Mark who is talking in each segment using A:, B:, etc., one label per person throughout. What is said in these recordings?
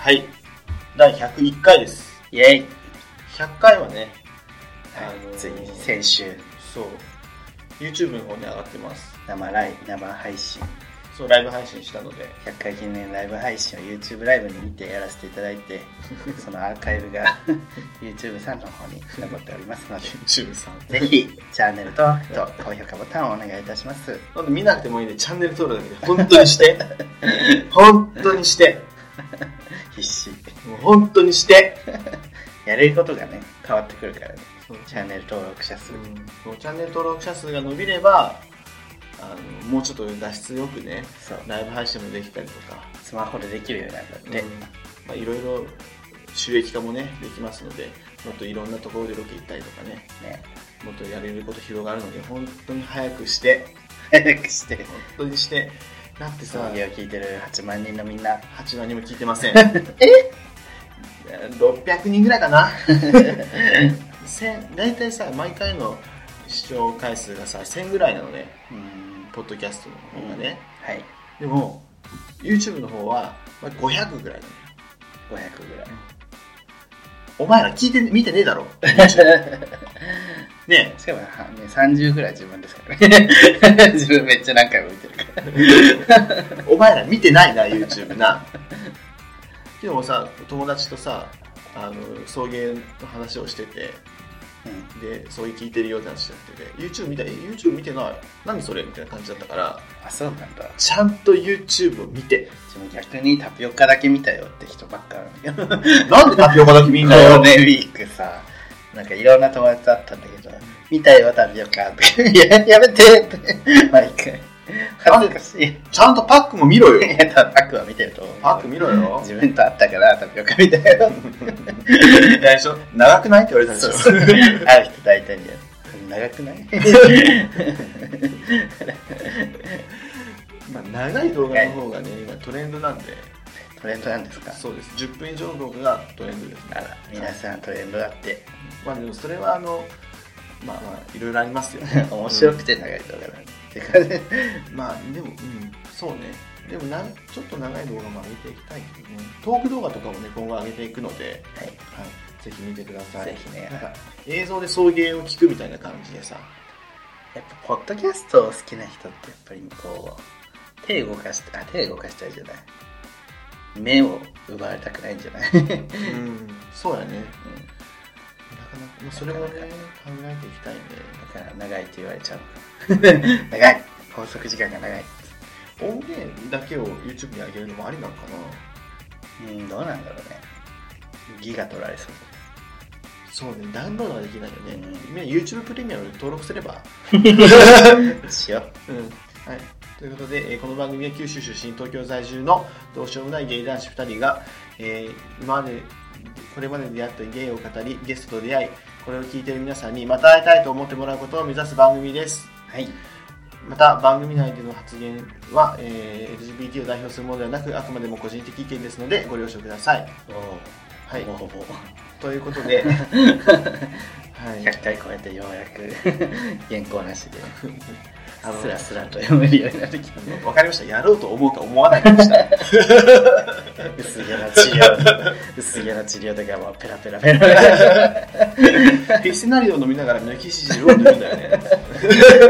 A: はい。第101回です。
B: イェイ、
A: 100回はね、あのー
B: ついに先週、
A: そう、YouTube の方に上がってます。
B: 生ライ生配信、
A: そう、ライブ配信したので、
B: 100回記念ライブ配信を YouTube ライブに見てやらせていただいて、そのアーカイブが YouTube さんの方に残っておりますの
A: YouTube さん。
B: で、ぜひチャンネル登録と高評価ボタンをお願いいたします。
A: なんで見なくてもいいんで、チャンネル登録だけで、本当に して。本当にして。
B: 必死。
A: もう本当にして。
B: やれることがね、変わってくるからね。チャンネル登録者数
A: う。ん、このチャンネル登録者数が伸びればあのもうちょっと脱出よくね
B: そう、
A: ライブ配信もできたりとか
B: スマホでできるようになるんだって
A: うん。まあ、いろいろ収益化もねできますのでもっといろんなところでロケ行ったりとかね
B: ね、
A: もっとやれること広がるので本当に早くして
B: 早くして、
A: 本当にしてだって
B: その
A: さ
B: を聞いてる8万人のみんな、
A: 8万人も聞いてま せんえ600人ぐらいかな 1000大体さ毎回の視聴回数がさ1000ぐらいなのね
B: うん、
A: ポッドキャストの方がね、
B: はい、
A: でも YouTube の方はまあ500ぐらいだね
B: 500ぐらい。
A: お前ら聞いて見てねえだろね
B: しかも、ね、30ぐらい自分ですからね。 自分めっちゃ何回も見てるから。
A: えお前ら見てないな YouTube な昨日もさ友達とさあの送迎の話をしてて
B: うん、
A: で送迎聞いてるよって話しってて YouTube 見たえ YouTube 見てない何それみたいな感じだったから
B: あ、そうなんだ。
A: ちゃんと YouTube を見て
B: 自分逆にタピオカだけ見たよって人ばっかなん だけど。
A: なんでタピオカだけ見んだ
B: ゴー
A: よ
B: ルデンウィークさ、なんかいろんな友達と会ったんだけど、見たよタピオカ とか、いや、やめてって、毎回。恥ずかしい。い
A: ちゃんとパックも見ろよ
B: や、多分パックは見てると思う。
A: パック見ろよ
B: 自分と会ったからタピオカ見たよ。
A: でしょ長くないって言われたでし
B: そ
A: ょ
B: うそう。ある人大体にやる。長く ない
A: まあ、長い動画の方がね、今トレンドなんで、
B: トレンドなんですか
A: そうです、10分以上の動画がトレンドですね。
B: あら、皆さんトレンドだって、
A: まあ、でもそれは、あの、まあまあ、いろいろありますよ。
B: 面白くて長い動画なんて感じ。
A: うんまあ、でも、うん、そうね。でもなん、ちょっと長い動画も上げていきたいけどね、トーク動画とかもね、今後上げていくので、
B: は
A: はい、ぜひ見てくださ
B: い、
A: い。
B: ぜひね、
A: なんか映像で送迎を聞くみたいな感じでさ、
B: やっぱポッドキャストを好きな人ってやっぱりこう手動かしてあ手動かしたいじゃない目を奪われたくないんじゃない うん
A: うん、そうやね。なかなか、まあ、それもね、考
B: なかな
A: えていきたいんで、
B: だから長いって言われちゃう 長い拘束時間が長い
A: 音源だけを YouTube に上げるのもありなのかな。
B: うんどうなんだろうねギガ取られそう
A: そうね、ダウンロードはできないよね。
B: う
A: ね YouTube プレミアム登録すれば。
B: しよ
A: うん。はい。ということで、えーこの番組は九州出身、東京在住のどうしようもないゲイ男子2人が、えー今まで、これまで出会ったゲイを語り、ゲストと出会い、これを聞いている皆さんにまた会いたいと思ってもらうことを目指す番組です。
B: うはい
A: また番組内での発言は、えー LGBT を代表するものではなくあくまでも個人的意見ですのでご了承ください。
B: おお
A: はい、
B: ほぼほぼ
A: ということで、はい、
B: 100回超えてようやく 原稿なし で
A: あの
B: スラスラと読めるようになってきた
A: わかりました。やろうと思うか思わ ないかでした。
B: 薄毛の治療薄毛の治療とかもうペラペラペラペラ
A: ピスナリオ飲みながら抜き汁を飲むんだよね。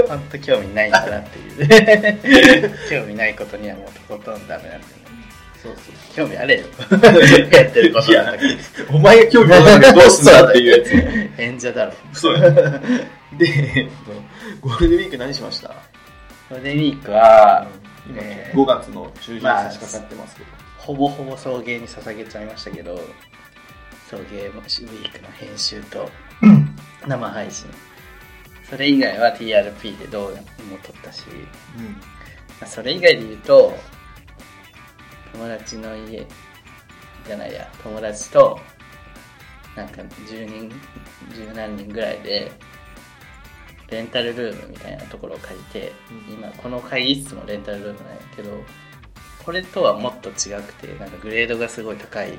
B: 本当興味ないんだなっていう興味ないことにはもうとことんダメなんだね
A: そうそ
B: 興味あれよやってることなんだけど
A: う。お前が興味ないけどどうすんだっていうや
B: つ演者だろ
A: つ。そうや。で、えっとゴールデンウィーク何しました
B: ゴールデンウィークは
A: 今、
B: ね
A: 5月の中旬に差し掛かってますけど。
B: ほぼほぼ送迎に捧げちゃいましたけど送迎もウィークの編集と生配信それ以外は TRP で動画も撮ったしまあそれ以外で言うと友達の家じゃないや友達となんか10人十何人ぐらいでレンタルルームみたいなところを借りて、
A: うん
B: 今この会議室もレンタルルームなんやけどこれとはもっと違くてなんかグレードがすごい高い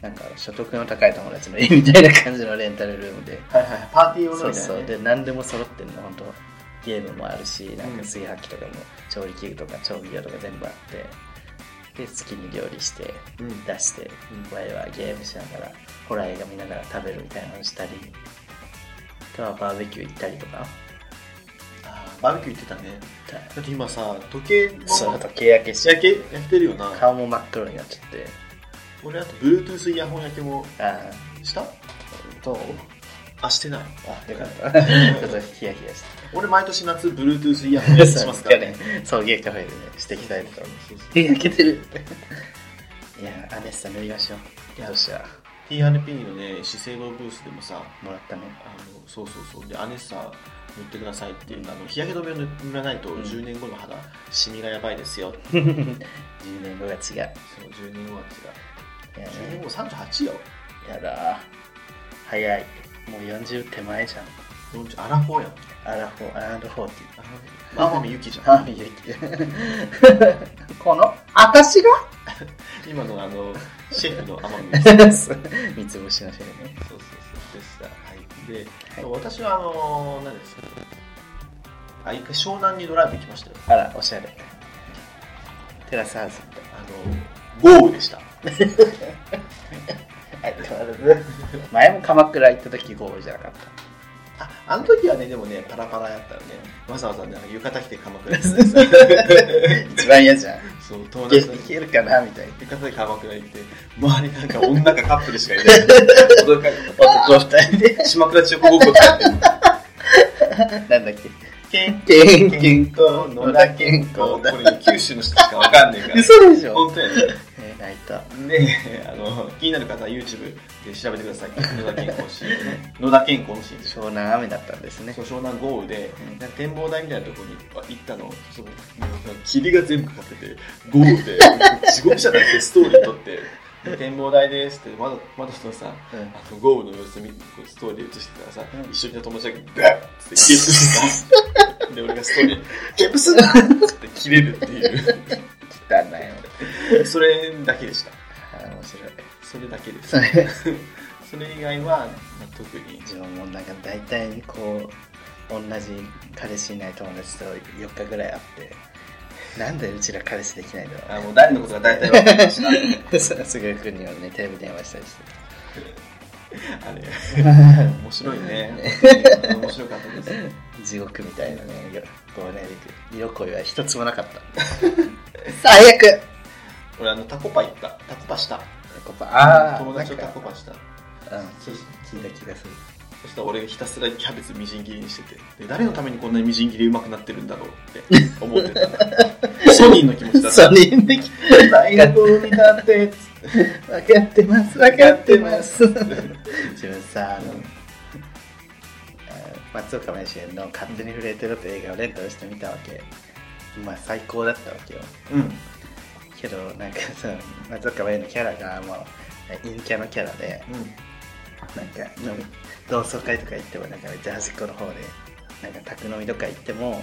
B: なんか所得の高い友達の家みたいな感じのレンタルルームで
A: はいはい。パーティー用
B: そ
A: の
B: う
A: みたい
B: そ
A: な
B: う
A: ね。
B: で何でも揃ってんの本当ゲームもあるしなんか炊飯器とかも調理器具とか調味料とか全部あってで好きに料理して
A: うん
B: 出して
A: うん
B: ワイはゲームしながらホラー映画見ながら食べるみたいなのしたりあとはバーベキュー行ったりとか
A: あーバーベキュー行ってたねだって今さ時計の
B: その時計焼けし
A: 焼けやってるよな
B: 顔も真っ黒になっちゃって
A: 俺あと Bluetooth イヤホン焼けも
B: あ
A: した
B: あどう
A: あしてない
B: あよかった ちょっとヒヤヒヤし
A: 俺毎年夏 Bluetooth イヤホン
B: て
A: 焼けしますから
B: 去年送迎カフェでねしてきたりとか
A: そうそう
B: え焼けてるいやアネッサ塗りましょう今年は
A: TRP のね資生堂ブースでもさ
B: もらったね
A: あのそうそうそうでアネッサ塗ってくださいっていうあの日焼け止めを塗らないと
B: うん
A: 10年後の肌、シミがやばいですよ
B: 10年後が違ういや
A: そう10年後は違う10年
B: ね
A: 後38よ
B: やだ早いもう40手前じゃん
A: 40アラフォーやん
B: アラフォーアラフォーティー
A: 天海祐希じゃ
B: あ
A: ん
B: みゆきこの私が
A: 今のあ のシェフの天海祐希
B: 三つ星のシェルね
A: そうそうそうでした。はい。で、
B: はい
A: 私はあの何ですか。あ、一回湘南にドライブ行きましたよ。
B: あらおしゃれテラスハウスみたい
A: あの豪雨で した。
B: はい、変わらず前も鎌倉行った時ゴールじゃなかっ
A: あ、あの時はねでもねパラパラやったらね、わざわざね浴衣着て鎌倉に。
B: た
A: そう
B: 一番嫌じゃん
A: 友
B: いけい
A: 達と
B: けるかなみたいな
A: 浴衣で鎌倉行って、周りなんか女かカップルしかいない。驚かれ
B: 男二人で
A: た島倉千代子ごっこやってる。
B: なんだっけ
A: 健
B: 健健康野
A: 野
B: 田
A: 田
B: 健
A: 健
B: 康
A: 康
B: だ
A: これね九州の人しかわかんないから。
B: 嘘でしょ
A: 本当やね。
B: え泣いた
A: で、あの気になる方は YouTube で調べてください。野田健康シーン、ね。野田健康のシーンです。
B: 湘南雨だったんですね
A: そう湘南豪雨で
B: うん、
A: なんか展望台みたいなところに行ったの、その霧が全部かかってて、豪雨で、地獄じゃなくてストーリー撮って、で展望台ですって、窓窓とさ、
B: うん
A: あの豪雨の様子見こうストーリー映してたらさ、
B: うん
A: 一緒にいた友達がガッつってゲップしてた。で、俺がストーリー、ゲップすなって切れるってい
B: 汚いよ
A: う、それだけでした。
B: あー面白い
A: それだけです
B: そ。れ
A: それ以外は、まあ、特に
B: 自分もなんか大体こう同じ彼氏いない友達と4日ぐらい会ってなんでうちら彼氏できないんだろう
A: あもう誰のことが大体分かりました
B: そうすぐ君にはねテレビ電話したりして
A: あれ面白いね面白かったです
B: 地獄みたいなねゴールデンウィーク色恋は一つもなかった最悪
A: 俺あのタコパ行ったタコパした
B: タコパああ
A: 友達とタコ
B: パ
A: パした
B: うん聞いた気がする
A: そしたら俺がひたすらキャベツみじん切りにしててで誰のためにこんなにみじん切りうまくなってるんだろうって思ってたソニーの気持ちだった
B: 3人で
A: 大学になってつって
B: 分かってます分かってます自分さあの、あ松岡名主演の「勝手に震えてろ」って映画をレンタルしてみたわけまあ最高だったわけよ
A: うん
B: けどなんかその松岡名のキャラがもう陰キャのキャラでなんか飲み同窓会とか行ってもなんかめっちゃ端っこの方でなんか宅飲みとか行っても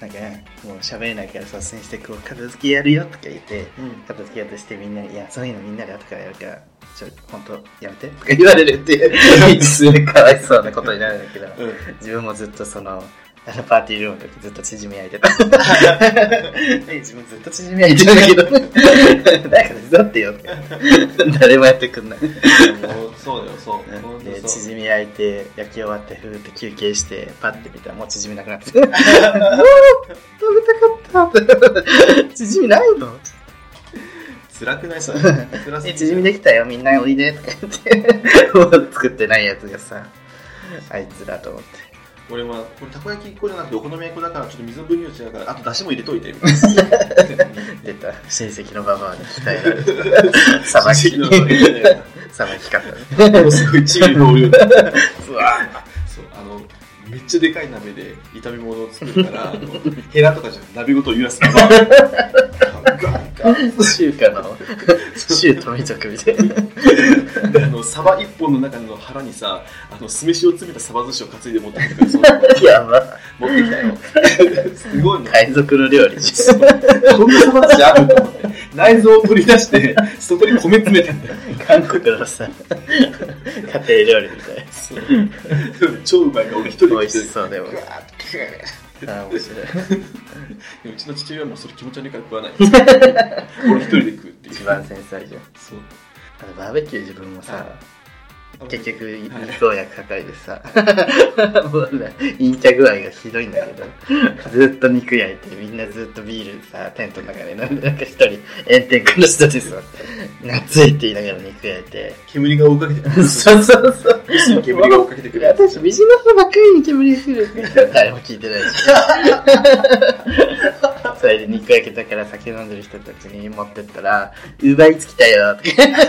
B: なんかもう喋れないから率先してこう片付けやるよとか言って
A: うんうん
B: 片付けようとしてみんなに「いやそういうのみんなで後からやるからちょ本当やめて」とか言われるっていう すごいかわいそうなことになるんだけど
A: うん
B: 自分もずっとそのあのパーティールームの時ずっと縮み焼い てたで自分ずっと縮み焼いてたけ どだからだってよとか誰もやってくんない
A: もうそうだよそう本
B: で
A: 当そう
B: 縮み焼いて焼き終わってふーって休憩してパッて見たらもう縮みなくなっててうわー食べたかった縮みないの
A: 辛くないそれ辛す
B: え
A: ぎ
B: 縮み
A: で
B: できたよみんなおいでとか言ってもう作ってないやつがさあいつらと思って
A: 俺はこれたこ焼き1個じゃなくてお好み焼き粉だからちょっと水分量違うからあと出汁も入れといてみたい な
B: 出た親戚のババアに鍛えられたさばきさばき方ね
A: ものすごいチビ同僚だ
B: うわ
A: そうあのめっちゃでかい鍋で炒め物を作るからあのヘラとかじゃなくて鍋ごと揺らす のガンガンガン
B: ー中華のシュートみたみたいな
A: であのサバ一本の中の腹にさあの酢飯を詰めたサバ寿司を担いで持ってきてくれそうなの
B: やば
A: 持ってきたよ すごいね
B: 海賊の料理
A: こんなサバ寿司あると思って内臓を取り出してそこに米詰めてんだよ
B: 韓国のさ家庭料理みたいな
A: そう超うまいが俺一人
B: 美
A: で
B: 味
A: 来て
B: しそうでも
A: ぐわーって
B: ああ面白い
A: でうちの父親もそれ気持ち悪いから食わないんですよ俺一人で食うっていう
B: 一番繊細じゃん
A: そう
B: あのバーベキュー自分もさ、結局
A: はい
B: 理想薬高いでさ、 もうね陰キャ具合がひどいんだけどずっと肉焼いてみんなずっとビールさテントの中で飲んでなんか一人炎天下の下でさ夏いって言いながら肉焼いて
A: 煙が追いかけてくる
B: そうそうそう
A: 煙が追いかけてくるやつ
B: 私水の方ばっかりに煙する誰も聞いてない しそれで肉焼けたから酒飲んでる人たちに持ってったら「ウーバーイーツ来たよ」って「だか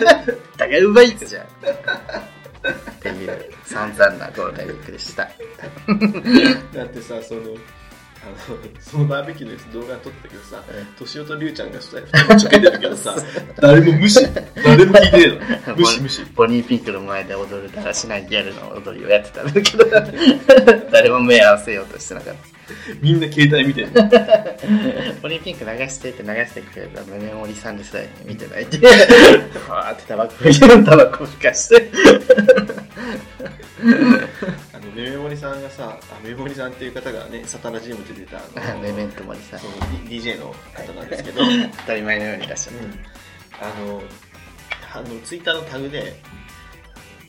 B: らウーバーイーツじゃん」っていう散々なゴールデンウィークでした
A: だってさそのあのそのバーベキューのやつ動画撮ったけどさ敏夫と龍ちゃんが2人ともちょけてるけどさ誰も無視誰も聞いてね えの無視無視
B: ボニーピンクの前で踊るだらしないギャルの踊りをやってたんだけど誰も目合わせようとしてなかった
A: みんな携帯見てる
B: オリンピック流してって流してくれた胸森さんでさえ見てない って。はーってタバコ吹かタバコ吹かして。
A: あのめめもりさんがさあめめもりさんっていう方がねサタナ GM で出たあ の
B: メメント森さん
A: そ。の D- DJ の方なんですけ ど、
B: 当たり前のように出しちゃっ
A: あのあのツイッターのタグで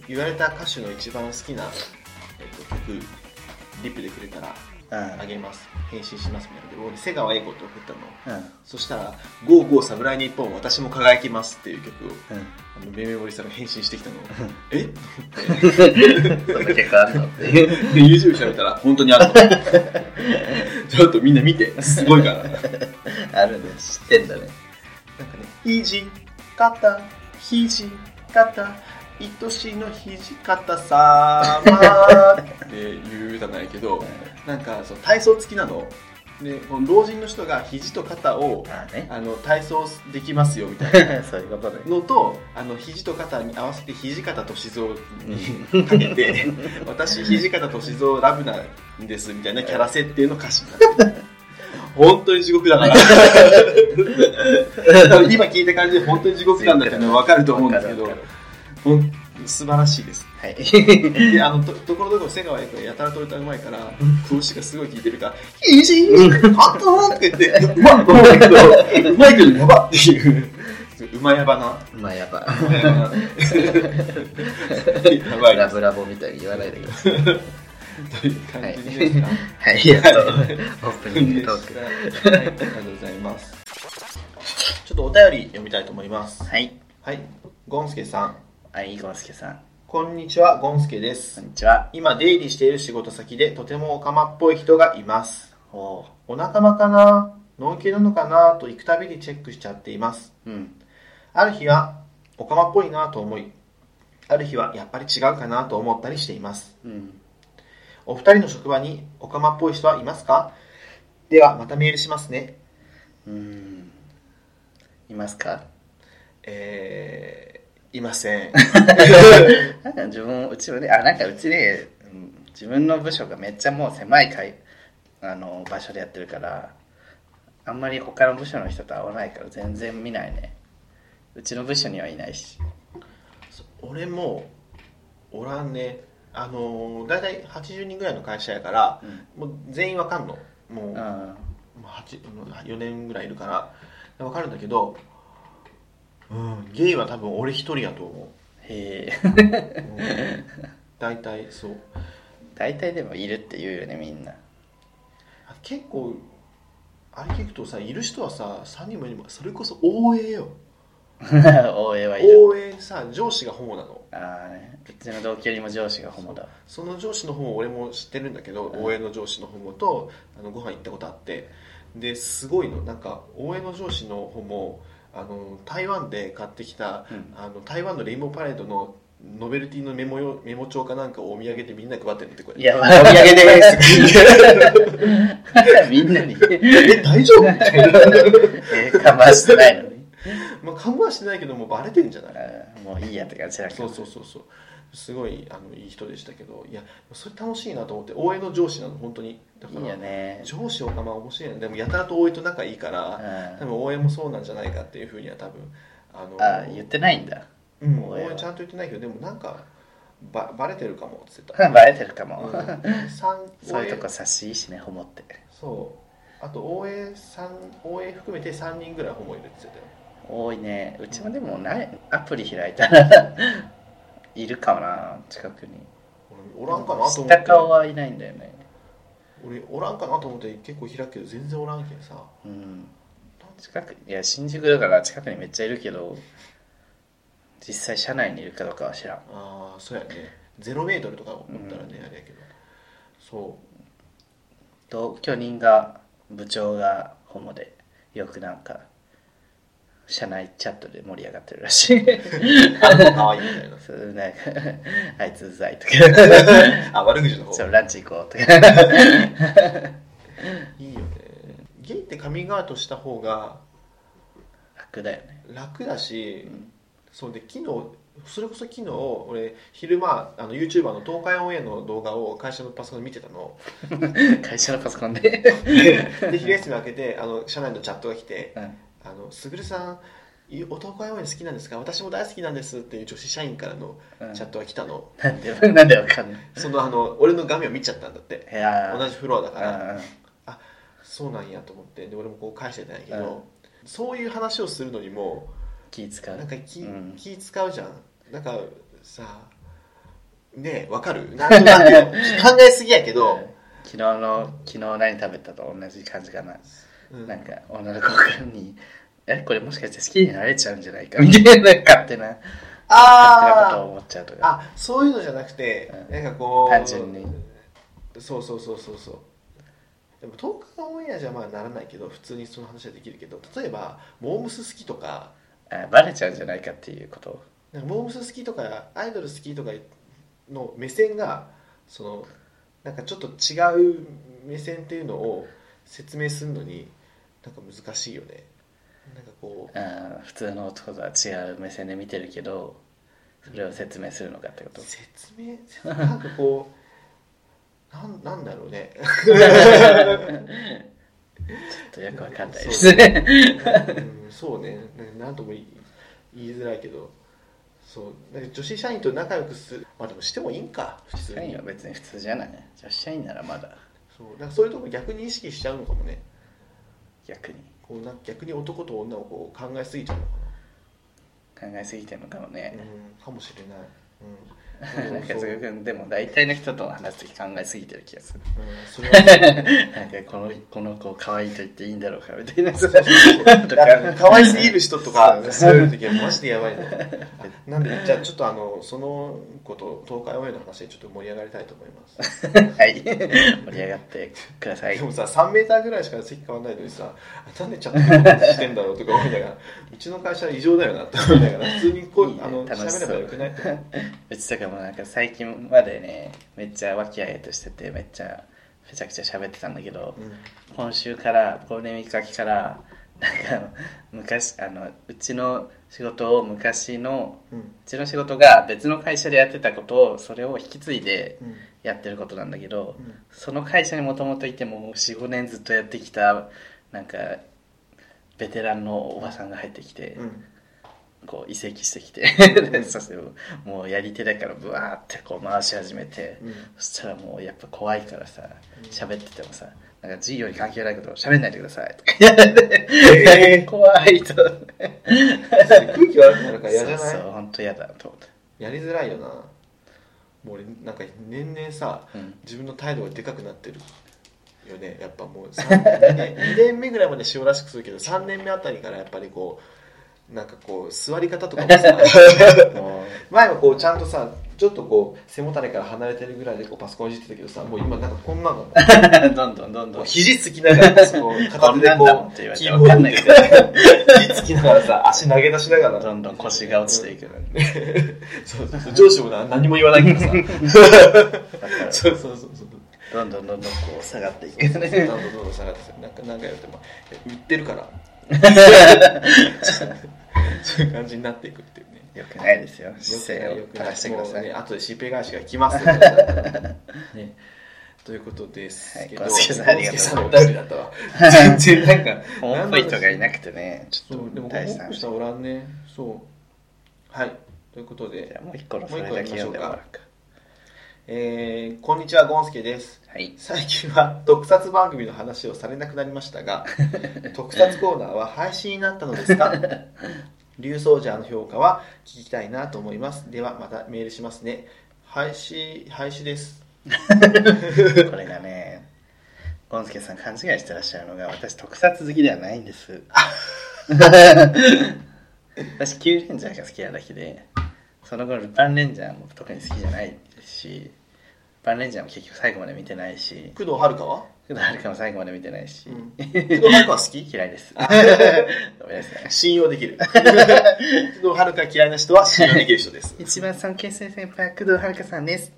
A: 言われた歌手の一番好きな、えっと、曲リップでくれたら
B: た。
A: あげます返信しますみたいなので俺瀬川栄子って送ったの
B: うん。うん。
A: そしたら「ゴーゴー侍日本私も輝きます」っていう曲をあのめめ森さんが返信してきたのをえ っ
B: うん。そんな結果あんのっていう。
A: で YouTube 調べたら本当にあるの ちょっとみんな見てすごいからなんかね
B: あるんだ。知ってんだね。
A: 肘肩肘肩愛しの肘肩さまって言うじゃないけどなんかそう体操付きなのでこの老人の人が肘と肩を
B: まあね。
A: あの体操できますよみたいな
B: そういうことね。
A: のとあの肘と肩に合わせて肘肩歳三にかけて私肘肩歳三ラブなんですみたいなキャラ設定の歌詞になってる本当に地獄だから 多分今聞いた感じで本当に地獄なんだっていうのは分かると思うんですけ
B: わ
A: ど
B: かるわか
A: ほん素晴らしいです
B: るはい。
A: であのとところどころ瀬川役がやたらと歌うまいから投資がすごい効いてるから「肘あった!」とか言って「うまっ!」と思ったけどうまいけどやばっっていううまやばな
B: まあやば。
A: やばい
B: ラ
A: な
B: ブラボみたいに言わないでください。
A: という感じですか。
B: はい。やっと、オープニングトーク。
A: はい、ありがとうございます。ちょっとお便り読みたいと思います。
B: はい。
A: はい、ゴンスケさん、
B: はい、ゴンスケさん。
A: こんにちは、ゴンスケで
B: こ
A: す
B: ん。にちは。
A: 今出入りしている仕事先でとてもオカマっぽい人がいます。
B: おー
A: お仲間かな、ノンケなのかなと行くたびにチェックしちゃっています。
B: うん。
A: ある日はオカマっぽいなと思い、ある日はやっぱり違うかなと思ったりしています。
B: うん。
A: お二人の職場にオカマっぽい人はいますかではまたメールしますね。
B: うん。いますか
A: えー、いません。
B: なんか自分、うちもね、あ、なんかうちね、うん自分の部署がめっちゃもう狭い会あの場所でやってるから、あんまり他の部署の人と会わないから全然見ないね。うちの部署にはいないし。
A: 俺もおらんね。あのー、大体80人ぐらいの会社やから、
B: うん。
A: もう全員わかんの。もう、
B: う
A: も
B: ん。
A: う8 4年ぐらいいるから、わかるんだけど、うん、ゲイは多分俺一人やと思
B: へえ。
A: う。う ん、大体そう。
B: 大体でもいるって言うよね、みんな。
A: あ結構、あれ聞くとさ、いる人はさ、3人も4人も、それこそ OA よ。
B: 応援はいる。
A: OA にさ、上司がホモなの。
B: ああ、ね、うちの同居よりも上司がホモだ。
A: その上司の方も俺も知ってるんだけど、応援の上司の方もとあのご飯行ったことあってですごいのなんか応援の上司の方もあの台湾で買ってきた
B: うん。
A: あの台湾のレインボーパレードのノベルティのメモよメモ帳かなんかをお土産でみんなに配ってるってこれ
B: いや、お土産です。 みんなに。
A: え大 丈夫 みたいな、
B: え ー、かましてないのに。
A: まあ、看護はしてないけどもうバレてんじゃない
B: あーもういいやって感じだけ
A: そう
B: ど。
A: そうそうそうすごいあのいい人でしたけどいやそれ楽しいなと思って応援の上司なの本当にだから
B: いいよね。
A: 上司おかま面白いなでもやたらと応援と仲いいから、多
B: あ
A: 分応援もそうなんじゃないかっていうふうには多分あの
B: あ言ってないんだ。
A: うん、
B: 応
A: 応
B: 援は
A: 援ちゃんと言ってないけどでもなんかばバレてるかもっつってた、
B: バレてるかも、
A: うん、三
B: そういうとこ察しいいしねホモって
A: そうあと応援三応援含めて3人ぐらいホモいるって言って
B: 多いねうちもでもないアプリ開いたらいるかもな近くに
A: たよ俺おらんかなと
B: 知
A: 思
B: った顔
A: って
B: はいないんだよね
A: 俺おらんかなと思って結構開くけど全然おらんけんさ
B: うん近くいや新宿だから近くにめっちゃいるけど実際社内にいるかどうかは知らん
A: ああそうやねゼロメートルとか思ったらね、あれやけど そう
B: 同居人が部長がホモでよくなんか社内チャットで盛り上がってるらし い
A: あの子かわいいみたいな
B: そうなんかあいつうざいと か
A: あ悪口の方
B: そうランチ行こうとか
A: いいよねゲイってカミングアウトした方が
B: 楽だよね
A: 楽だし、そうで昨日それこそ昨日俺昼間あの YouTuber の東海オンエアの動画を会社のパソコンで見てたの
B: 会社のパソコ ンで、
A: で昼休み明けてあの社内のチャットが来て
B: うん
A: 「あのすぐるさんいお東海オンエア好きなんですか私も大好きなんです」っていう女子社員からの
B: うん
A: チャットが来たの、
B: なんでなんでわかんない
A: そのあの俺の画面を見ちゃったんだって
B: いやー
A: 同じフロアだから、
B: うん
A: そうなんやと思ってで俺もこう返してたんやけど、
B: うん
A: そういう話をするのにも
B: 気使う
A: なんか気,、
B: うん
A: 気使うじゃんなんかさねえわかるなんとなくよ 考えすぎやけど、
B: 昨日の昨日何食べたと同じ感じかな、
A: うん
B: なんか女の子から に「えこれもしかして好きになれちゃうんじゃないか」みたいな勝手な勝手なことを
A: あー
B: 思っちゃうとか
A: あそういうのじゃなくて、
B: うん
A: なんかこう
B: 単純に
A: そうそうそうそうそうでも10日オンエアじゃまあならないけど普通にその話はできるけど例えばモームス好きとか
B: あバレちゃうんじゃないかっていうこと
A: なんかモームス好きとかアイドル好きとかの目線がそのなんかちょっと違う目線っていうのを説明するのになんか難しいよねなんかこ
B: あー普通の男とは違う目線で見てるけどそれを説明するのかってこ
A: う
B: と
A: 説明説明なんかこうなんなんだろうね
B: ちょっとよくわかんないですね
A: うんそうねななんとも言い言いづらいけどそうなんか女子社員と仲良くするまあでもしてもいいんか普通
B: 社員
A: に
B: は別に普通じゃない女子社員ならまだ
A: そうなんかそういうとこ逆に意識しちゃうのかもね
B: 逆に
A: こうなんか逆に男と女をこう考えすぎちゃうのか
B: 考えすぎてるのかもね、
A: な、うん、かもしれない、 うん、
B: なんか
A: そう
B: すごくでも大体の人と話す時考えすぎてる気がする
A: うんそれは
B: なんかこのこの子可愛いと言っていいんだろうかみたいなと
A: なんか
B: か
A: 可愛すぎる人とか
B: そう
A: そういう時はマジでやばいね あなんでじゃあちょっとあのその子と東海オンエアの話でちょっと盛り上がりたいと思います
B: はい盛り上がってください
A: でもさ3メーターぐらいしか席変わんないのにさあなんでチャットのことしてんだろうとか思いながらうちの会社は異常だよなって思いながら普通にこう
B: いいね
A: あの
B: 楽し
A: 喋
B: そう
A: ればよくないって
B: うちとかもなんか最近までねめっちゃ和気あいあいとしててめっちゃめちゃくちゃ喋ってたんだけど、今週からゴールデンウィーク秋からなんか昔あのうちの仕事を昔の
A: うん
B: うちの仕事が別の会社でやってたことをそれを引き継いで
A: うん
B: やってることなんだけど、
A: うん
B: その会社にもともといても45年ずっとやってきたなんかベテランのおばさんが入ってきて、
A: うん
B: こう移籍してきてで そしてもうやり手だからブワーってこう回し始めて、
A: うん
B: そしたらもうやっぱ怖いからさ喋っててもさなんか授業に関係ないこと喋んないでくださいとか言われて、
A: え
B: 怖いと
A: 空気悪くなるから嫌じゃない
B: そうそう本当嫌だと思っ
A: やりづらいよなもう俺なんか年々さ、
B: うん
A: 自分の態度がでかくなってるよねやっぱもう2年二年目ぐらいまで塩らしくするけど3年目あたりからやっぱりこうなんかこう座り方とかもさ
B: たもう
A: 前はこうちゃんとさちょっとこう背もたれから離れてるぐらいでこうパソコンいじってたけどさもう今なんかこんなの
B: どんどんどんど
A: こうん肘つきながらさこう片手で
B: こんなんだもん
A: こ
B: って言わ
A: う
B: れ
A: キ
B: て
A: ー
B: わ
A: ボ
B: か
A: ー
B: ん
A: ド
B: ない
A: で
B: け
A: こ
B: ど
A: う肘つきながらさ足投げ出しながら
B: どんどん腰が落ちていくのに
A: そうそうそう上司もな何も言わない からさそうそうそうそう
B: どんどんどんどんこう下がってい
A: ど
B: く
A: んどん
B: ね
A: どんどん下がってさなんか何回やっても売ってるからそういう感じになっていくっていうね
B: よくないですよ
A: よく
B: 姿
A: ない
B: 勢を
A: よくない
B: 正してくださ
A: もう
B: い
A: ね、後でしっぺ返しが来ますよ ねということですけど、
B: はい小助さんありがとう
A: 小助さんの
B: ございます
A: お便りだった わ。全然なんか、
B: ホームペイトがいなくてねち
A: そ
B: ょっ
A: う、で
B: と
A: も、
B: 大
A: 大
B: 事
A: した
B: な
A: 人
B: 話じ
A: はおらんね。そう。はい。ということで
B: ゃあ、もう一個のそれだけ読んでもらうか
A: えーこんにちはゴンスケです
B: はい。
A: 最近は 特撮番組の話をされなくなりました が特撮コーナーは廃止になったのです か竜奏者の評価は聞きたいなと思いますではまたメールしますね廃止廃止です
B: これがね、ゴンスケさん勘違いしてらっしゃるのが、私、特撮好きではない んです。私、キューレンジャーが好きなだけで、その後、ルパンレンジャーも特に好きじゃないですし、ルパンレンジャーも結局最後まで見てないし、
A: 工藤遥は、
B: 工藤遥も最後まで見てないし、
A: うん、工藤遥は好 き
B: 嫌いです。ごめんなさい。
A: 信用でき る工藤遥が嫌いな人は信用できる人 です
B: 一番尊敬する先輩は工藤遥さんです。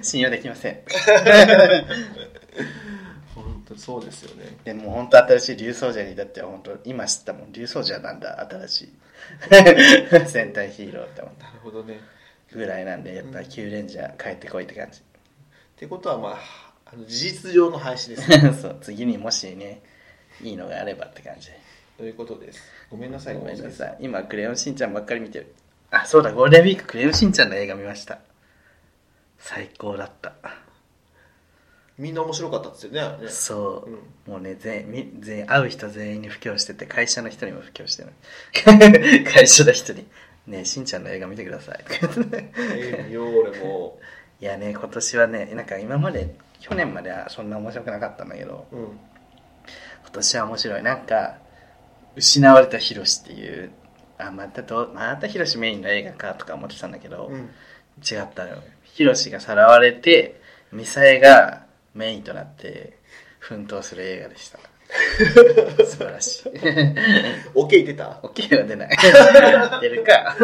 B: 信用できません。
A: 本当そうですよね
B: でも本当新しい竜奏者にだっては本当今知ったもん竜奏者なんだ新しい 戦隊ヒーローって思っ
A: なるほどねった
B: ぐらいなんでやっぱキューレンジャー帰ってこいって感じ
A: てことはまああの事実上の廃止ですね
B: そう次にもしねいいのがあればって感じ
A: ということですごめんなさい
B: ごめんな
A: さい
B: さい今クレヨンしんちゃんばっかり見てるあそうだゴールデンウィーククレヨンしんちゃんの映画見ました最高だった
A: みんな面白かったですよねあれね
B: そうう、
A: ん
B: もうね全員み全員会う人全員に布教してて会社の人にも布教してる 会社の人に「ねえしんちゃんの映画見てください」 とか言って
A: えー見よう俺も
B: いやね今年はねなんか今まで去年まではそんな面白くなかったんだけど
A: うん
B: 今年は面白いなんか「失われたヒロシ」っていうあまたどうまたヒロシメインの映画かとか思ってたんだけど、
A: うん
B: 違ったのよヒロシがさらわれてミサエがメインとなって奮闘する映画でした 素晴らしい
A: オケイ出た
B: OK は出 ない出るか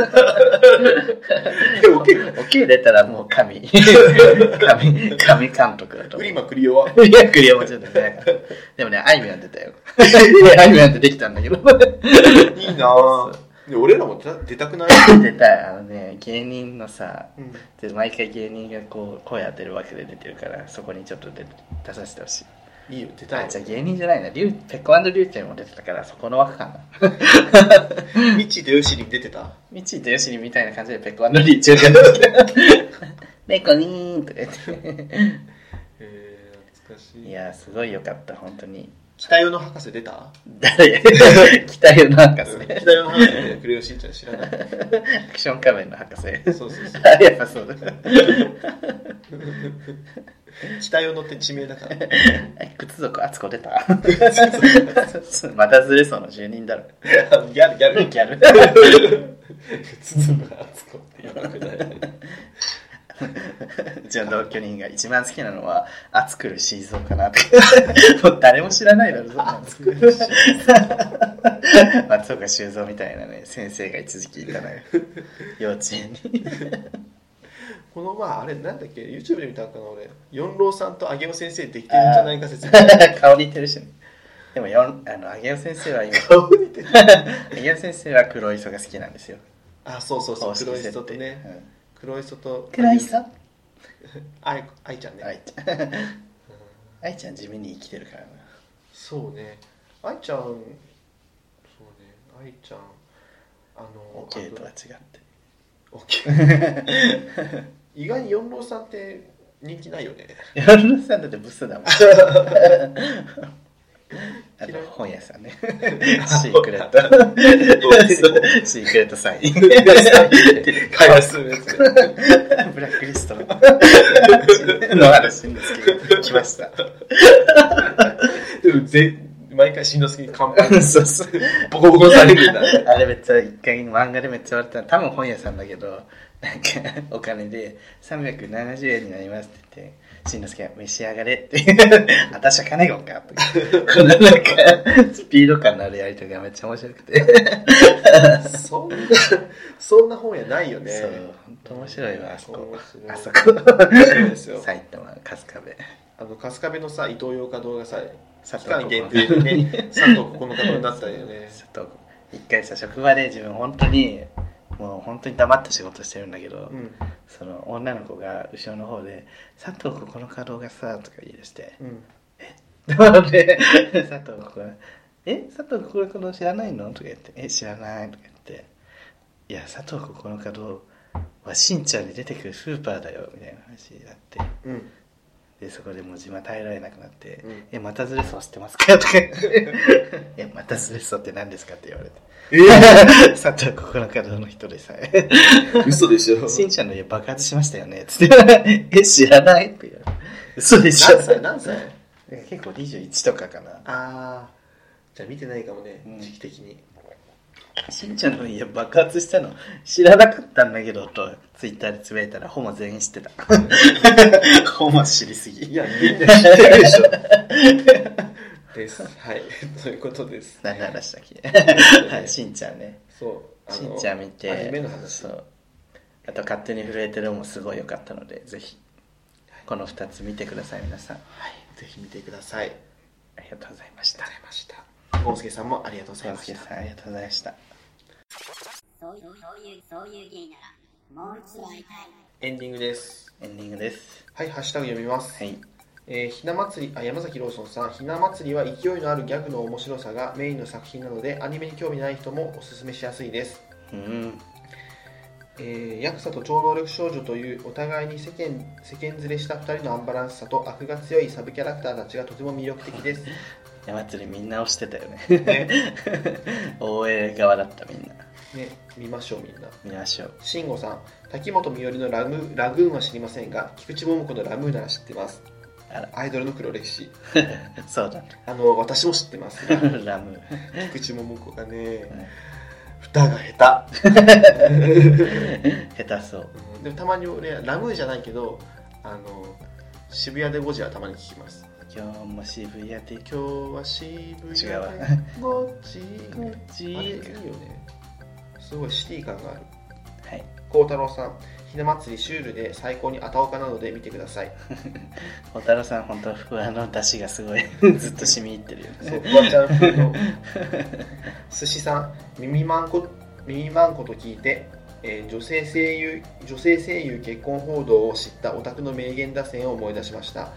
A: オケイ
B: OK 出たらもう神神神監督だと
A: ウ
B: 思う
A: リマクリオはい
B: や、クリアもちろん出てなかった。でもね、あいみょん出たよ。 あいみょん出てきたんだけど。
A: いいなぁで俺らも出た出たくない、
B: 出たい、あのね、芸人のさ、
A: うん、
B: で毎回芸人がこう、声当てる枠で出てるから、そこにちょっと出出させてほしい。
A: いいよ出た
B: あ、じゃ
A: い
B: あ芸人じゃないな、りゅうペコリュウちゃんも出てたから、そこの枠かな。
A: ミッチーとヨシリ出てた
B: みちーとよしりみたいな感じで ペコリュウちゃんが出てた。ペコニーンとか言って。
A: えー、懐かし
B: いや、すごいよかった、本当に。
A: 北用の博士出た
B: 誰北よなんか
A: う
B: す
A: ん
B: ね。
A: 北用の博士出てクレヨンしんちゃん知らない
B: アクション仮面の博士。
A: そうそうそう
B: あやっぱそうだ。
A: 北用のって地名だ から
B: 靴底、あつこ出た。 またずれそうの住人だろ。
A: ギャルギャル
B: ギ ャル。
A: 筒村敦子って言わなくないう
B: ちの同居人が一番好きなのは、あつくるシーゾーか なって。もう誰も知らないだろ、そんなの。 松岡修造みたいなね、先生が一時期いたのよ。幼稚園に。
A: このまああれなんだっけ YouTube で見たのかな俺四郎さんと上尾先生できてるんじゃないか説明
B: 顔似てるしね。でもよん、あの、あげお先生は今、
A: 顔似てる
B: あげお先生は黒磯が好きなんですよ。
A: あそうそうそう黒い
B: 設定
A: 人とね。
B: うん
A: 黒い人と
B: 黒磯
A: あいあいちゃんね、
B: 愛ちゃん愛ちゃん地味に生きてるからな
A: そうね愛ちゃんそうね愛ちゃんあの
B: OK とは
A: あ
B: 違って
A: と OK 意外に四郎さんって人気ないよね
B: 山田さんだってブスだも んあと本屋さんねシークレットシークレットサイン
A: 会話するやつね
B: ブラックリ ストの話ですけど来ました
A: でもぜ毎回しんのすけに乾杯
B: そうそう
A: ボコボコされるんだ
B: あれめっちゃ一回漫画でめっちゃ言われたの多分本屋さんだけどなんかお金で370円になりますって言ってしんのすけが「召し上がれ」って「あたしは金がおっか」とかこのなんかスピード感のあるやりとりがめっちゃ面白くて、
A: そんなそんな本屋ないよね
B: そう本当面白いわあそこ
A: 面白い
B: あそこ
A: 面白いですよ
B: 埼玉春日部
A: あの春日部のさ伊東洋華堂がさ
B: 佐
A: 期間限定でね佐藤ここの方になったよね
B: ちょっと一回さ職場で自分本当にもう本当に黙って仕事してるんだけど、
A: うん
B: その女の子が後ろの方で「佐藤ここの稼働がさ」とか言い出して
A: うん
B: なので 佐藤ここえ佐藤ここの稼働知らないの?」とか言って「え知らない」とか言って「いや佐藤ここの稼働わしんちゃんで出てくるスーパーだよみたいな話になって
A: うん
B: でそこでもう自分は耐えられなくなって
A: うん
B: えまたずれそ知ってますか?」とか 言って「えまたずれそって何ですか?」って言われて
C: ええ
B: 「佐藤ここの角の人でさえ
C: 嘘でしょ
B: しんちゃんの家爆発しましたよね」つって「え知らない?」って言われて「嘘でしょ
A: 何歳何歳
B: え結構21とかかな
A: ああじゃあ見てないかもね、
B: うん
A: 時期的に
B: しんちゃんの家爆発したの知らなかったんだけどとツイッターでつぶやいたらほぼ全員知ってた ほぼ知りすぎ
A: いやみんな知ってるでしょ ですはいということ です
B: 何の話だっけはいしんちゃんね
A: そう
B: しんちゃん見て
A: アニメの話
B: そうあと「勝手に震えてる」もすごい良かったのでぜひこの2つ見てください皆さん
A: はいぜひ見てください
B: ありがとうございました
A: ありがとうございましたゴンスケさんもありがとうござい
B: 宗
A: まし
B: 介
A: た
B: さんありがとうございました
D: そういう、そういう、そういう芸なら、もう一度会いたい。
A: エンディングです
B: エンディングです
A: はいハッシュタグ読みます、
B: はい
A: えーひな祭りあ山崎ローソンさんひな祭りは勢いのあるギャグの面白さがメインの作品なのでアニメに興味ない人もおすすめしやすいです
B: うん
A: えー、ヤクザと超能力少女というお互いに世間世間ずれした2人のアンバランスさと悪が強いサブキャラクターたちがとても魅力的 です
B: 山釣りみんな押してたよね
A: ね
B: 応援側だったみんな
A: ね見ましょうみんな
B: 見ましょう
A: 慎吾さん滝本美織のラムラグーンは知りませんが菊池桃子のラムーなら知ってます
B: あら
A: アイドルの黒歴史
B: そうだね
A: あの私も知ってますが
B: ラム、 う
A: 菊池桃子がね
B: ん
A: 蓋が下手
B: 下手そう
A: うんでもたまに俺ラムーじゃないけどあの渋谷でゴジラたまに聞きます
B: 今日も渋谷で
A: 今日は渋谷で
B: 違うわ
A: ゴジラ
B: こっち
A: あれいいよねすごいシティ感がある
B: はい
A: 孝太郎さんひな祭りシュールで最高にあたおかなので見てください
B: 小太郎さん本当ふわの出汁がすごい ずっと染み入ってるよね
A: そうフワちゃん風の寿司さん耳まんこ耳まんこと聞いて、えー女性声優女性声優結婚報道を知ったオタクの名言打線を思い出しました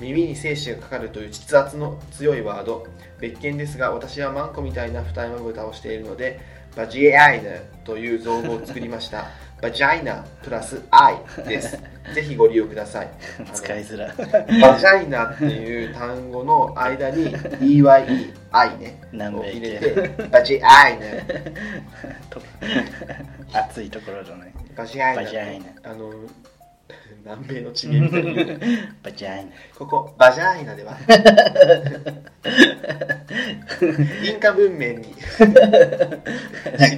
A: 耳に精子がかかるという筆圧の強いワード別件ですが私はマンコみたいな二重まぶたをしているのでバジアイナという造語を作りましたバジャイナプラスアイですぜひご利用ください
B: 使いづら
A: バジャイナっていう単語の間に EYEI ね
B: 南
A: を入れ
B: 米系
A: てバジアイナ
B: と暑いところじゃない
A: バジアイナ
B: バジャイナ
A: あの 南米の地名みたいに言う ね
B: バジャイナ
A: ここバジャイナでは インカ文明 に記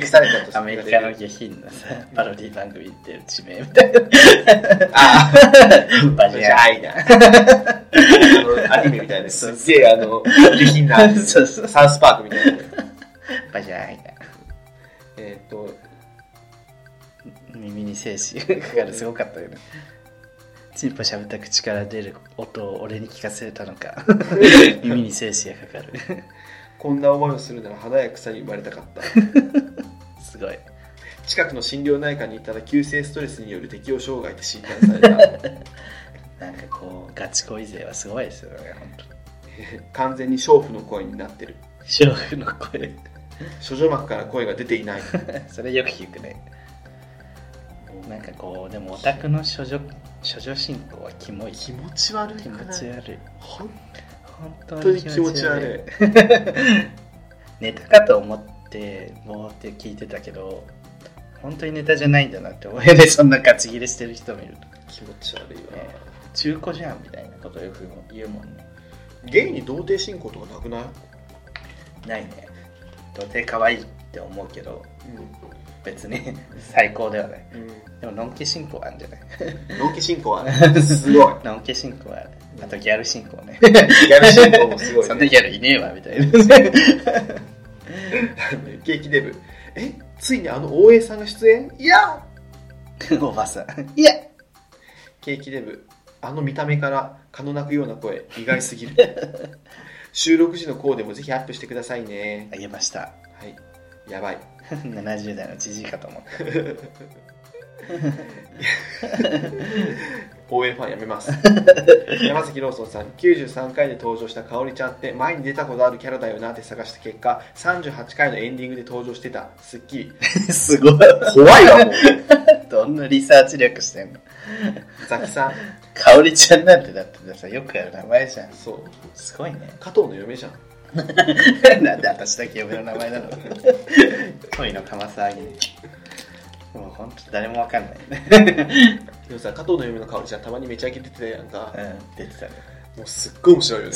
A: されたと
B: アメリカの下品なさパロディ番組行ってる地名みたい
A: あ
B: な
A: バ
B: バ
A: ジ
B: ジ
A: ャ
B: ャイ
A: イナあのアニメみたいなすっげえあの下品な
B: ナ そうそう
A: サウスパークみたいな
B: バジャイナ
A: えっ と
B: 耳に精子がかかるすごかったよねチンポしゃぶった口から出る音を俺に聞かせたのか耳に精子がかかる
A: こんな思いをするなら花や草に生まれたかった
B: すごい
A: 近くの心療内科に行ったら急性ストレスによる適応障害って診断された
B: なんかこうガチ恋勢はすごいですよね本当に
A: 完全に娼婦の声になってる
B: 勝負の声
A: 処女膜から声が出ていない
B: それよく聞くねなんかこうでもオタクの処女処女信仰はキモい
A: 気持ち悪い
B: 気
A: く
B: 持
A: な
B: ち
A: い
B: 悪い
A: 本
B: 本当
A: 当に気持ち悪い
B: ネタかと思ってぼーって聞いてたけど本当にネタじゃないんだなって思いでそんなガチギレしてる人もいると
A: 気持ち悪いわ、
B: ね中古じゃんみたいなことよく言うもんね
A: ゲイに童貞信仰とかなくない、
B: ないね童貞可愛いって思うけど
A: う
B: 別に 最高ではない
A: んうん、
B: でものんけ信仰あるんじゃない
A: 同期信仰はねすごい
B: のんけ信仰はあるあとギャル信仰ね
A: ギャル信仰もす ごい、
B: そんな
A: ね、
B: ギャルいねえわみたいな
A: ケーキデブえついにあの大江さんが出演いや
B: おばさんいや
A: ケーキデブあの見た目から蚊の鳴くような声意外すぎる 収録時のコーデもぜひアップしてくださいね
B: あげました
A: はいやばい
B: 70代のじじいかと思った
A: 応援ファンやめます 山崎ローソンさん93回で登場した香織ちゃんって前に出たことあるキャラだよなって探した結果38回のエンディングで登場してたすっきり
B: すごい。
C: 怖いわ、もう。
B: どんなリサーチ力してんの
A: ザキさん
B: 香織ちゃんなんてだってさ、よくやる名前じゃん。
A: そう
B: すごいね。
A: 加藤の嫁じゃん
B: なんで私だけ嫁の名前 なの恋のかまさあげね。もう本当誰もわかんない ね。
A: でもさ加藤の嫁の香織ちゃんたまにめちゃけ出てたやんか
B: うん、出てたね。
A: もうすっごい面白いよね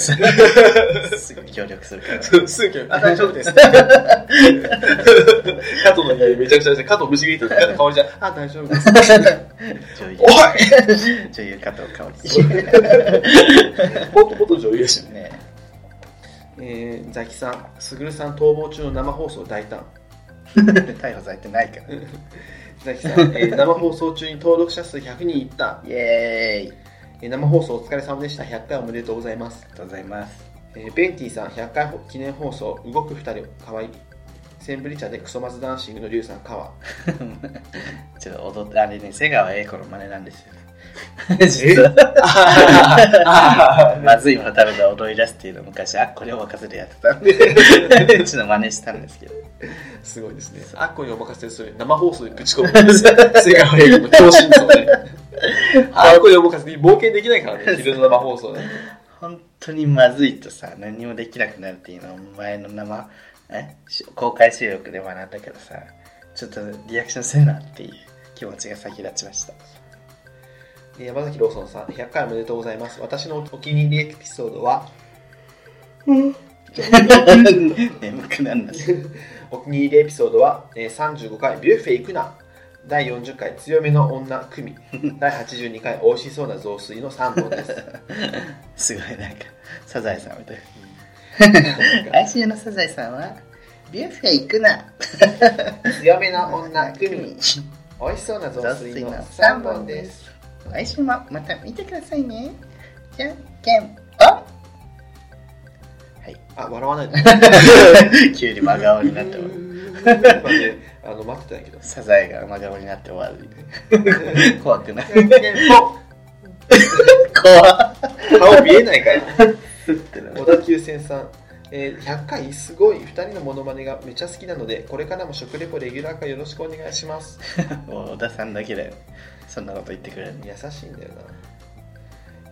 B: すぐ協力するから。
A: すぐあ大丈夫です加藤の嫁めちゃくちゃして加藤むしぎってる香織ちゃん あ大丈夫です
B: 女優
A: おい
B: 女優加藤香織。
A: 元々女優やし
B: ね
A: えー、ザキさん、すぐるさん逃亡中の生放送大胆。
B: 逮捕されてない から。
A: ザキさん、えー生放送中に登録者数100人いった。
B: イエーイ。あり
A: えー生放送お疲れ様でした。100回おめでとうございます。
B: がとうございます。
A: えーベンティさん、100回ほ記念放送、動く2人、かわいい。センブリ茶でクソマズダンシングのリュウさん、かわ。
B: ちょっと踊って、あれね、瀬川栄子の真似なんですよ。 実はまずいもの食べたら踊り出すっていうのを昔、あっこれを任せてやってたんで、ちょっと真似したんですけど。
A: すごいですね。あっこにお任せする。生放送でぶち込む。 世界英語の強心臓ね。あっこにお任せに冒険できないからね、昼の生放送で。
B: 本当にまずいとさ、何もできなくなるっていうのを前の生、えし公開収録で学んだけどさ、ちょっとリアクションせるなっていう気持ちが先立ちました。
A: えー山崎ローソンさん、100回おめでとうございます。私のお気に入りエピソードは、
B: 眠くなんな。
A: お気に入りエピソードは、えー35回ビュッフェ行くな第40回強めの女 組第82回美味しそうな雑炊の3本です
B: すごいなんか、サザエさんみたい
A: な
B: な。
A: んか
B: 来週のサザエさんは、ビュッフェ行くな。
A: 強めの女組美味しそうな雑炊の3本です。
B: 来週もまた見てくださいね。じゃんけんぽん。は
A: あ笑わないで
B: い。 急に真顔に なって終わる。
A: 今ねあの待ってたんやけど
B: サザエが真顔になって終わる。 怖くない怖っ
A: 顔見えないから
B: てな
A: 小田急線さん、えー100回すごい2人のモノマネがめちゃ好きなのでこれからも食レポレギュラー化よろしくお願いします
B: もう小田さんだけだよ。そんなこと言ってくれるの。
A: 優しいんだよな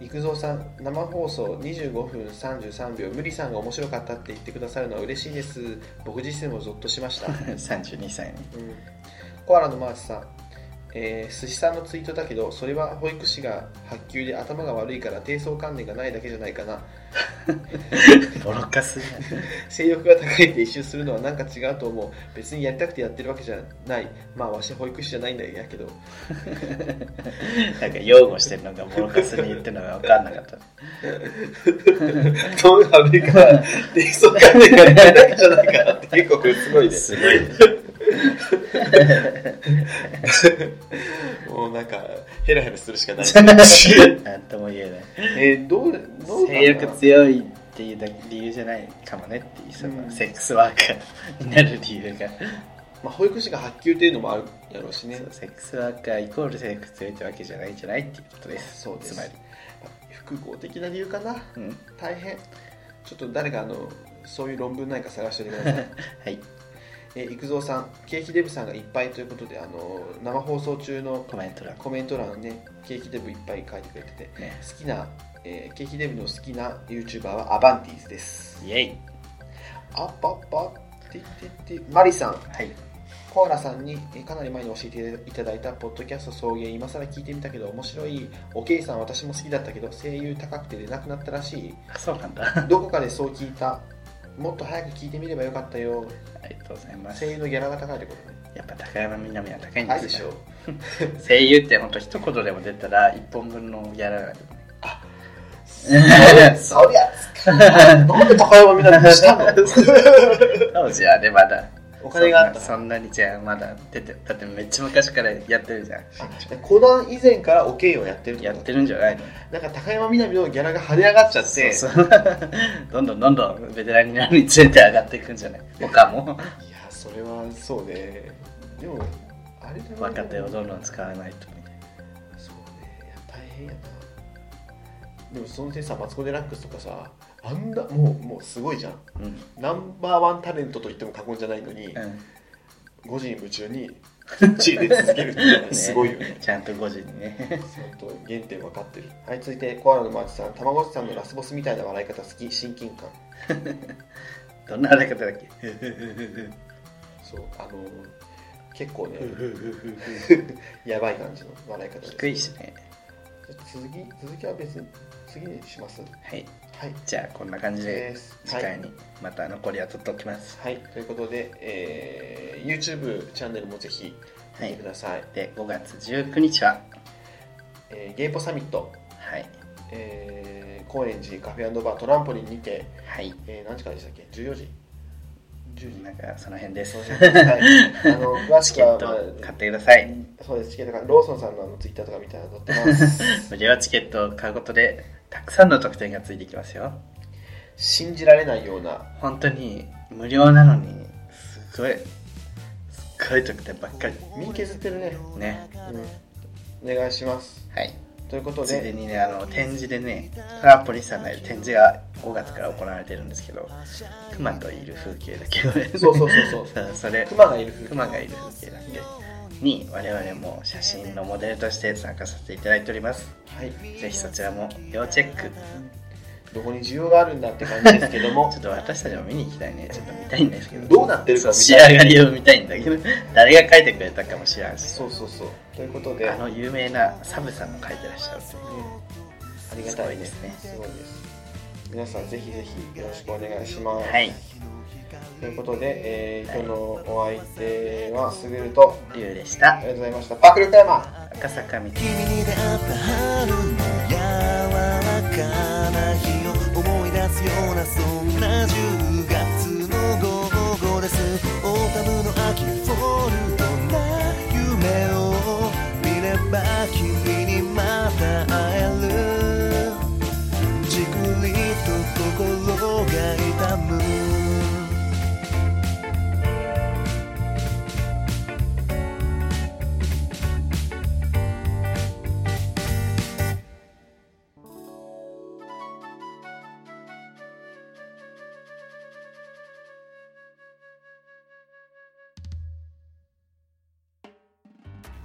A: 育三さん生放送25分33秒無理さんが面白かったって言ってくださるのは嬉しいです僕自身もゾッとしました、うん、
B: 32歳に。
A: コアラのマーチさんえー、寿司さんのツイートだけどそれは保育士が発給で頭が悪いから低層観念がないだけじゃないかな
B: ボロカスじゃん。
A: 性欲が高いって一周するのはなんか違うと思う別にやりたくてやってるわけじゃないまあわし保育士じゃないんだや けど
B: なんか擁護してるのがボロカスに言ってるのが分かんなかった。
A: 頭が悪いから低層観念がないだけじゃないかなって結構すごいです
B: すごいね。
A: もうなんかヘラヘラするしかない
B: なんとも言えない。
A: えーどうどうかな
B: 性欲強いっていうだけ理由じゃないかもねっていうその、
A: うん
B: セックスワーカーになる理由が、
A: まあ、保育士が発給っていうのもあるやろうしね
B: そうセックスワーカーイコール性欲強いってわけじゃないんじゃないっていうことです
A: そうです
B: つまり、
A: 複合的な理由かな
B: うん、 は
A: 大変ちょっと誰かあのそういう論文ないか探しておいてください
B: い
A: えー育三さんケーキデブさんがいっぱいということであの生放送中の
B: コメント欄
A: コメント欄にねケーキデブいっぱい書いてくれてて
B: ね
A: 好きな、えーケーキデブの好きな YouTuber はアバンティーズです
B: イエイ
A: あっぱっぱってってってマリさん
B: はい
A: コアラさんにえーかなり前に教えていただいたポッドキャスト送迎今更聞いてみたけど面白いおけいさん私も好きだったけど声優高くて出なくなったらしい
B: あそうなんだあ
A: どこかでそう聞いたもっと早く聞いてみればよかったよ
B: りがとうございます
A: 声優のギャラが高いってことね
B: やっぱ高山みなみは高いん
A: 高い
B: で
A: ですし
B: よ、
A: ょ
B: 声優ってほんと一言でも出たら一本分のやらない
A: そりゃ使うなんで高山みなみにしたの
B: 当時はねまだ
A: お金があった
B: そんなそんなにじゃあまだ出てだってめっちゃ昔からやってるじゃん
A: コナン以前からおけいをやってるって
B: や
A: こ
B: っ
A: と
B: てるんじゃないの
A: なんか高山みなみのギャラが跳ね上がっちゃって
B: そうそう どんどんどんどんベテランになるにつれて上がっていくんじ ゃない他も
A: いやそれはそうねでもあれだな
B: 若手をどんどん使わないとみたい
A: そうねいや大変やなでもその点さマツコ・デラックスとかさあんなもうもうすごいじゃん
B: うん
A: ナンバーワンタレントと言っても過言じゃないのに、
B: うん
A: 5時に夢中にきっちり出続けるっていうのは すごいよね
B: ちゃんと5時にね
A: 本当原点分かってるはい続いてコアラのマーチさんたまごっちさんのラスボスみたいな笑い方好き親近感
B: どんな荒方だっけ
A: そうあのー結構ねやばい感じの笑い方です
B: 低いしね
A: 続き続きは別に次にします
B: はい
A: はい
B: じゃあこんな感じで
A: です
B: 次回にまた残りは取っておきます
A: はい、はい、ということで、えー YouTube チャンネルもぜひ
B: は
A: 見て
B: い
A: ください、
B: で5月19日は
A: えーゲイポサミット、
B: はい
A: えー高円寺カフェバートランポリンにて、
B: はい
A: えー何時からでしたっけ14時10時
B: なんかその辺です
A: その辺ですはいあの詳し
B: チ
A: く
B: ケッ
A: は、
B: ト
A: まあ
B: 買ってください
A: そうですチケットがローソンさんのあのツイッターとか見たら載ってます
B: 無料チケットを買うことでたくさんの特典がついてきますよ
A: 信じられないような
B: 本当に無料なのにすごいすっごい特典ばっかり
A: 身削ってるね、
B: ね
A: うん、お願いします
B: はい
A: ということ
B: ついで
A: で
B: にねあの展示でねトランポリンさんのやる展示が5月から行われてるんですけど熊といる風景だけどね
A: そうそうそうそう
B: それ
A: 熊がいる風景
B: 熊がいる風景だっけに我々も写真のモデルとして参加させていただいております
A: はい
B: ぜひそちらも要チェック
A: どこに需要があるんだって感じですけども
B: ちょっと私たちも見に行きたいねちょっと見たいんですけど
A: どうなってるか
B: そう
A: み
B: 仕
A: たい
B: 上がりを見たいんだけど誰が描いてくれたかも知らんし
A: そうそうそうということで
B: あの有名なサブさんも描いてらっしゃるという
A: ありがたい
B: すごいです
A: すごいです皆さんぜひぜひよろしくお願いします、
B: はい
A: ということで、えー今日のお相手はすぐると
B: リュウでし
A: あ
B: た
A: りがとうございましたパークルカヤマ
B: 赤坂み
E: 君に出会った春の柔らかな日を思い出すようなそんな10月の午後ですオータムの秋フォルトな夢を見れば君にまた会えるじくりと心が痛む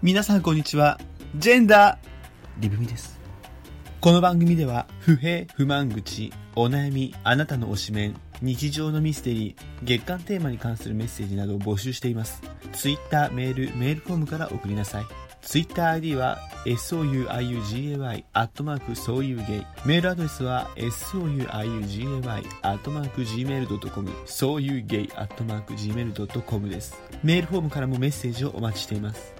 F: 皆さんこんにちは。ジェンダー
E: リブミです
F: この番組では、不平、不満口、お悩み、あなたの推しメン、日常のミステリー、月間テーマに関するメッセージなどを募集しています。ツイッター、メール、メールフォームから送りなさい。ツイッター ID は、souiugay、アットマーク、そういうゲイ。メールアドレスは、souiugay、アットマーク、gmail.com、そういうゲイ、アットマーク、gmail.com です。メールフォームからもメッセージをお待ちしています。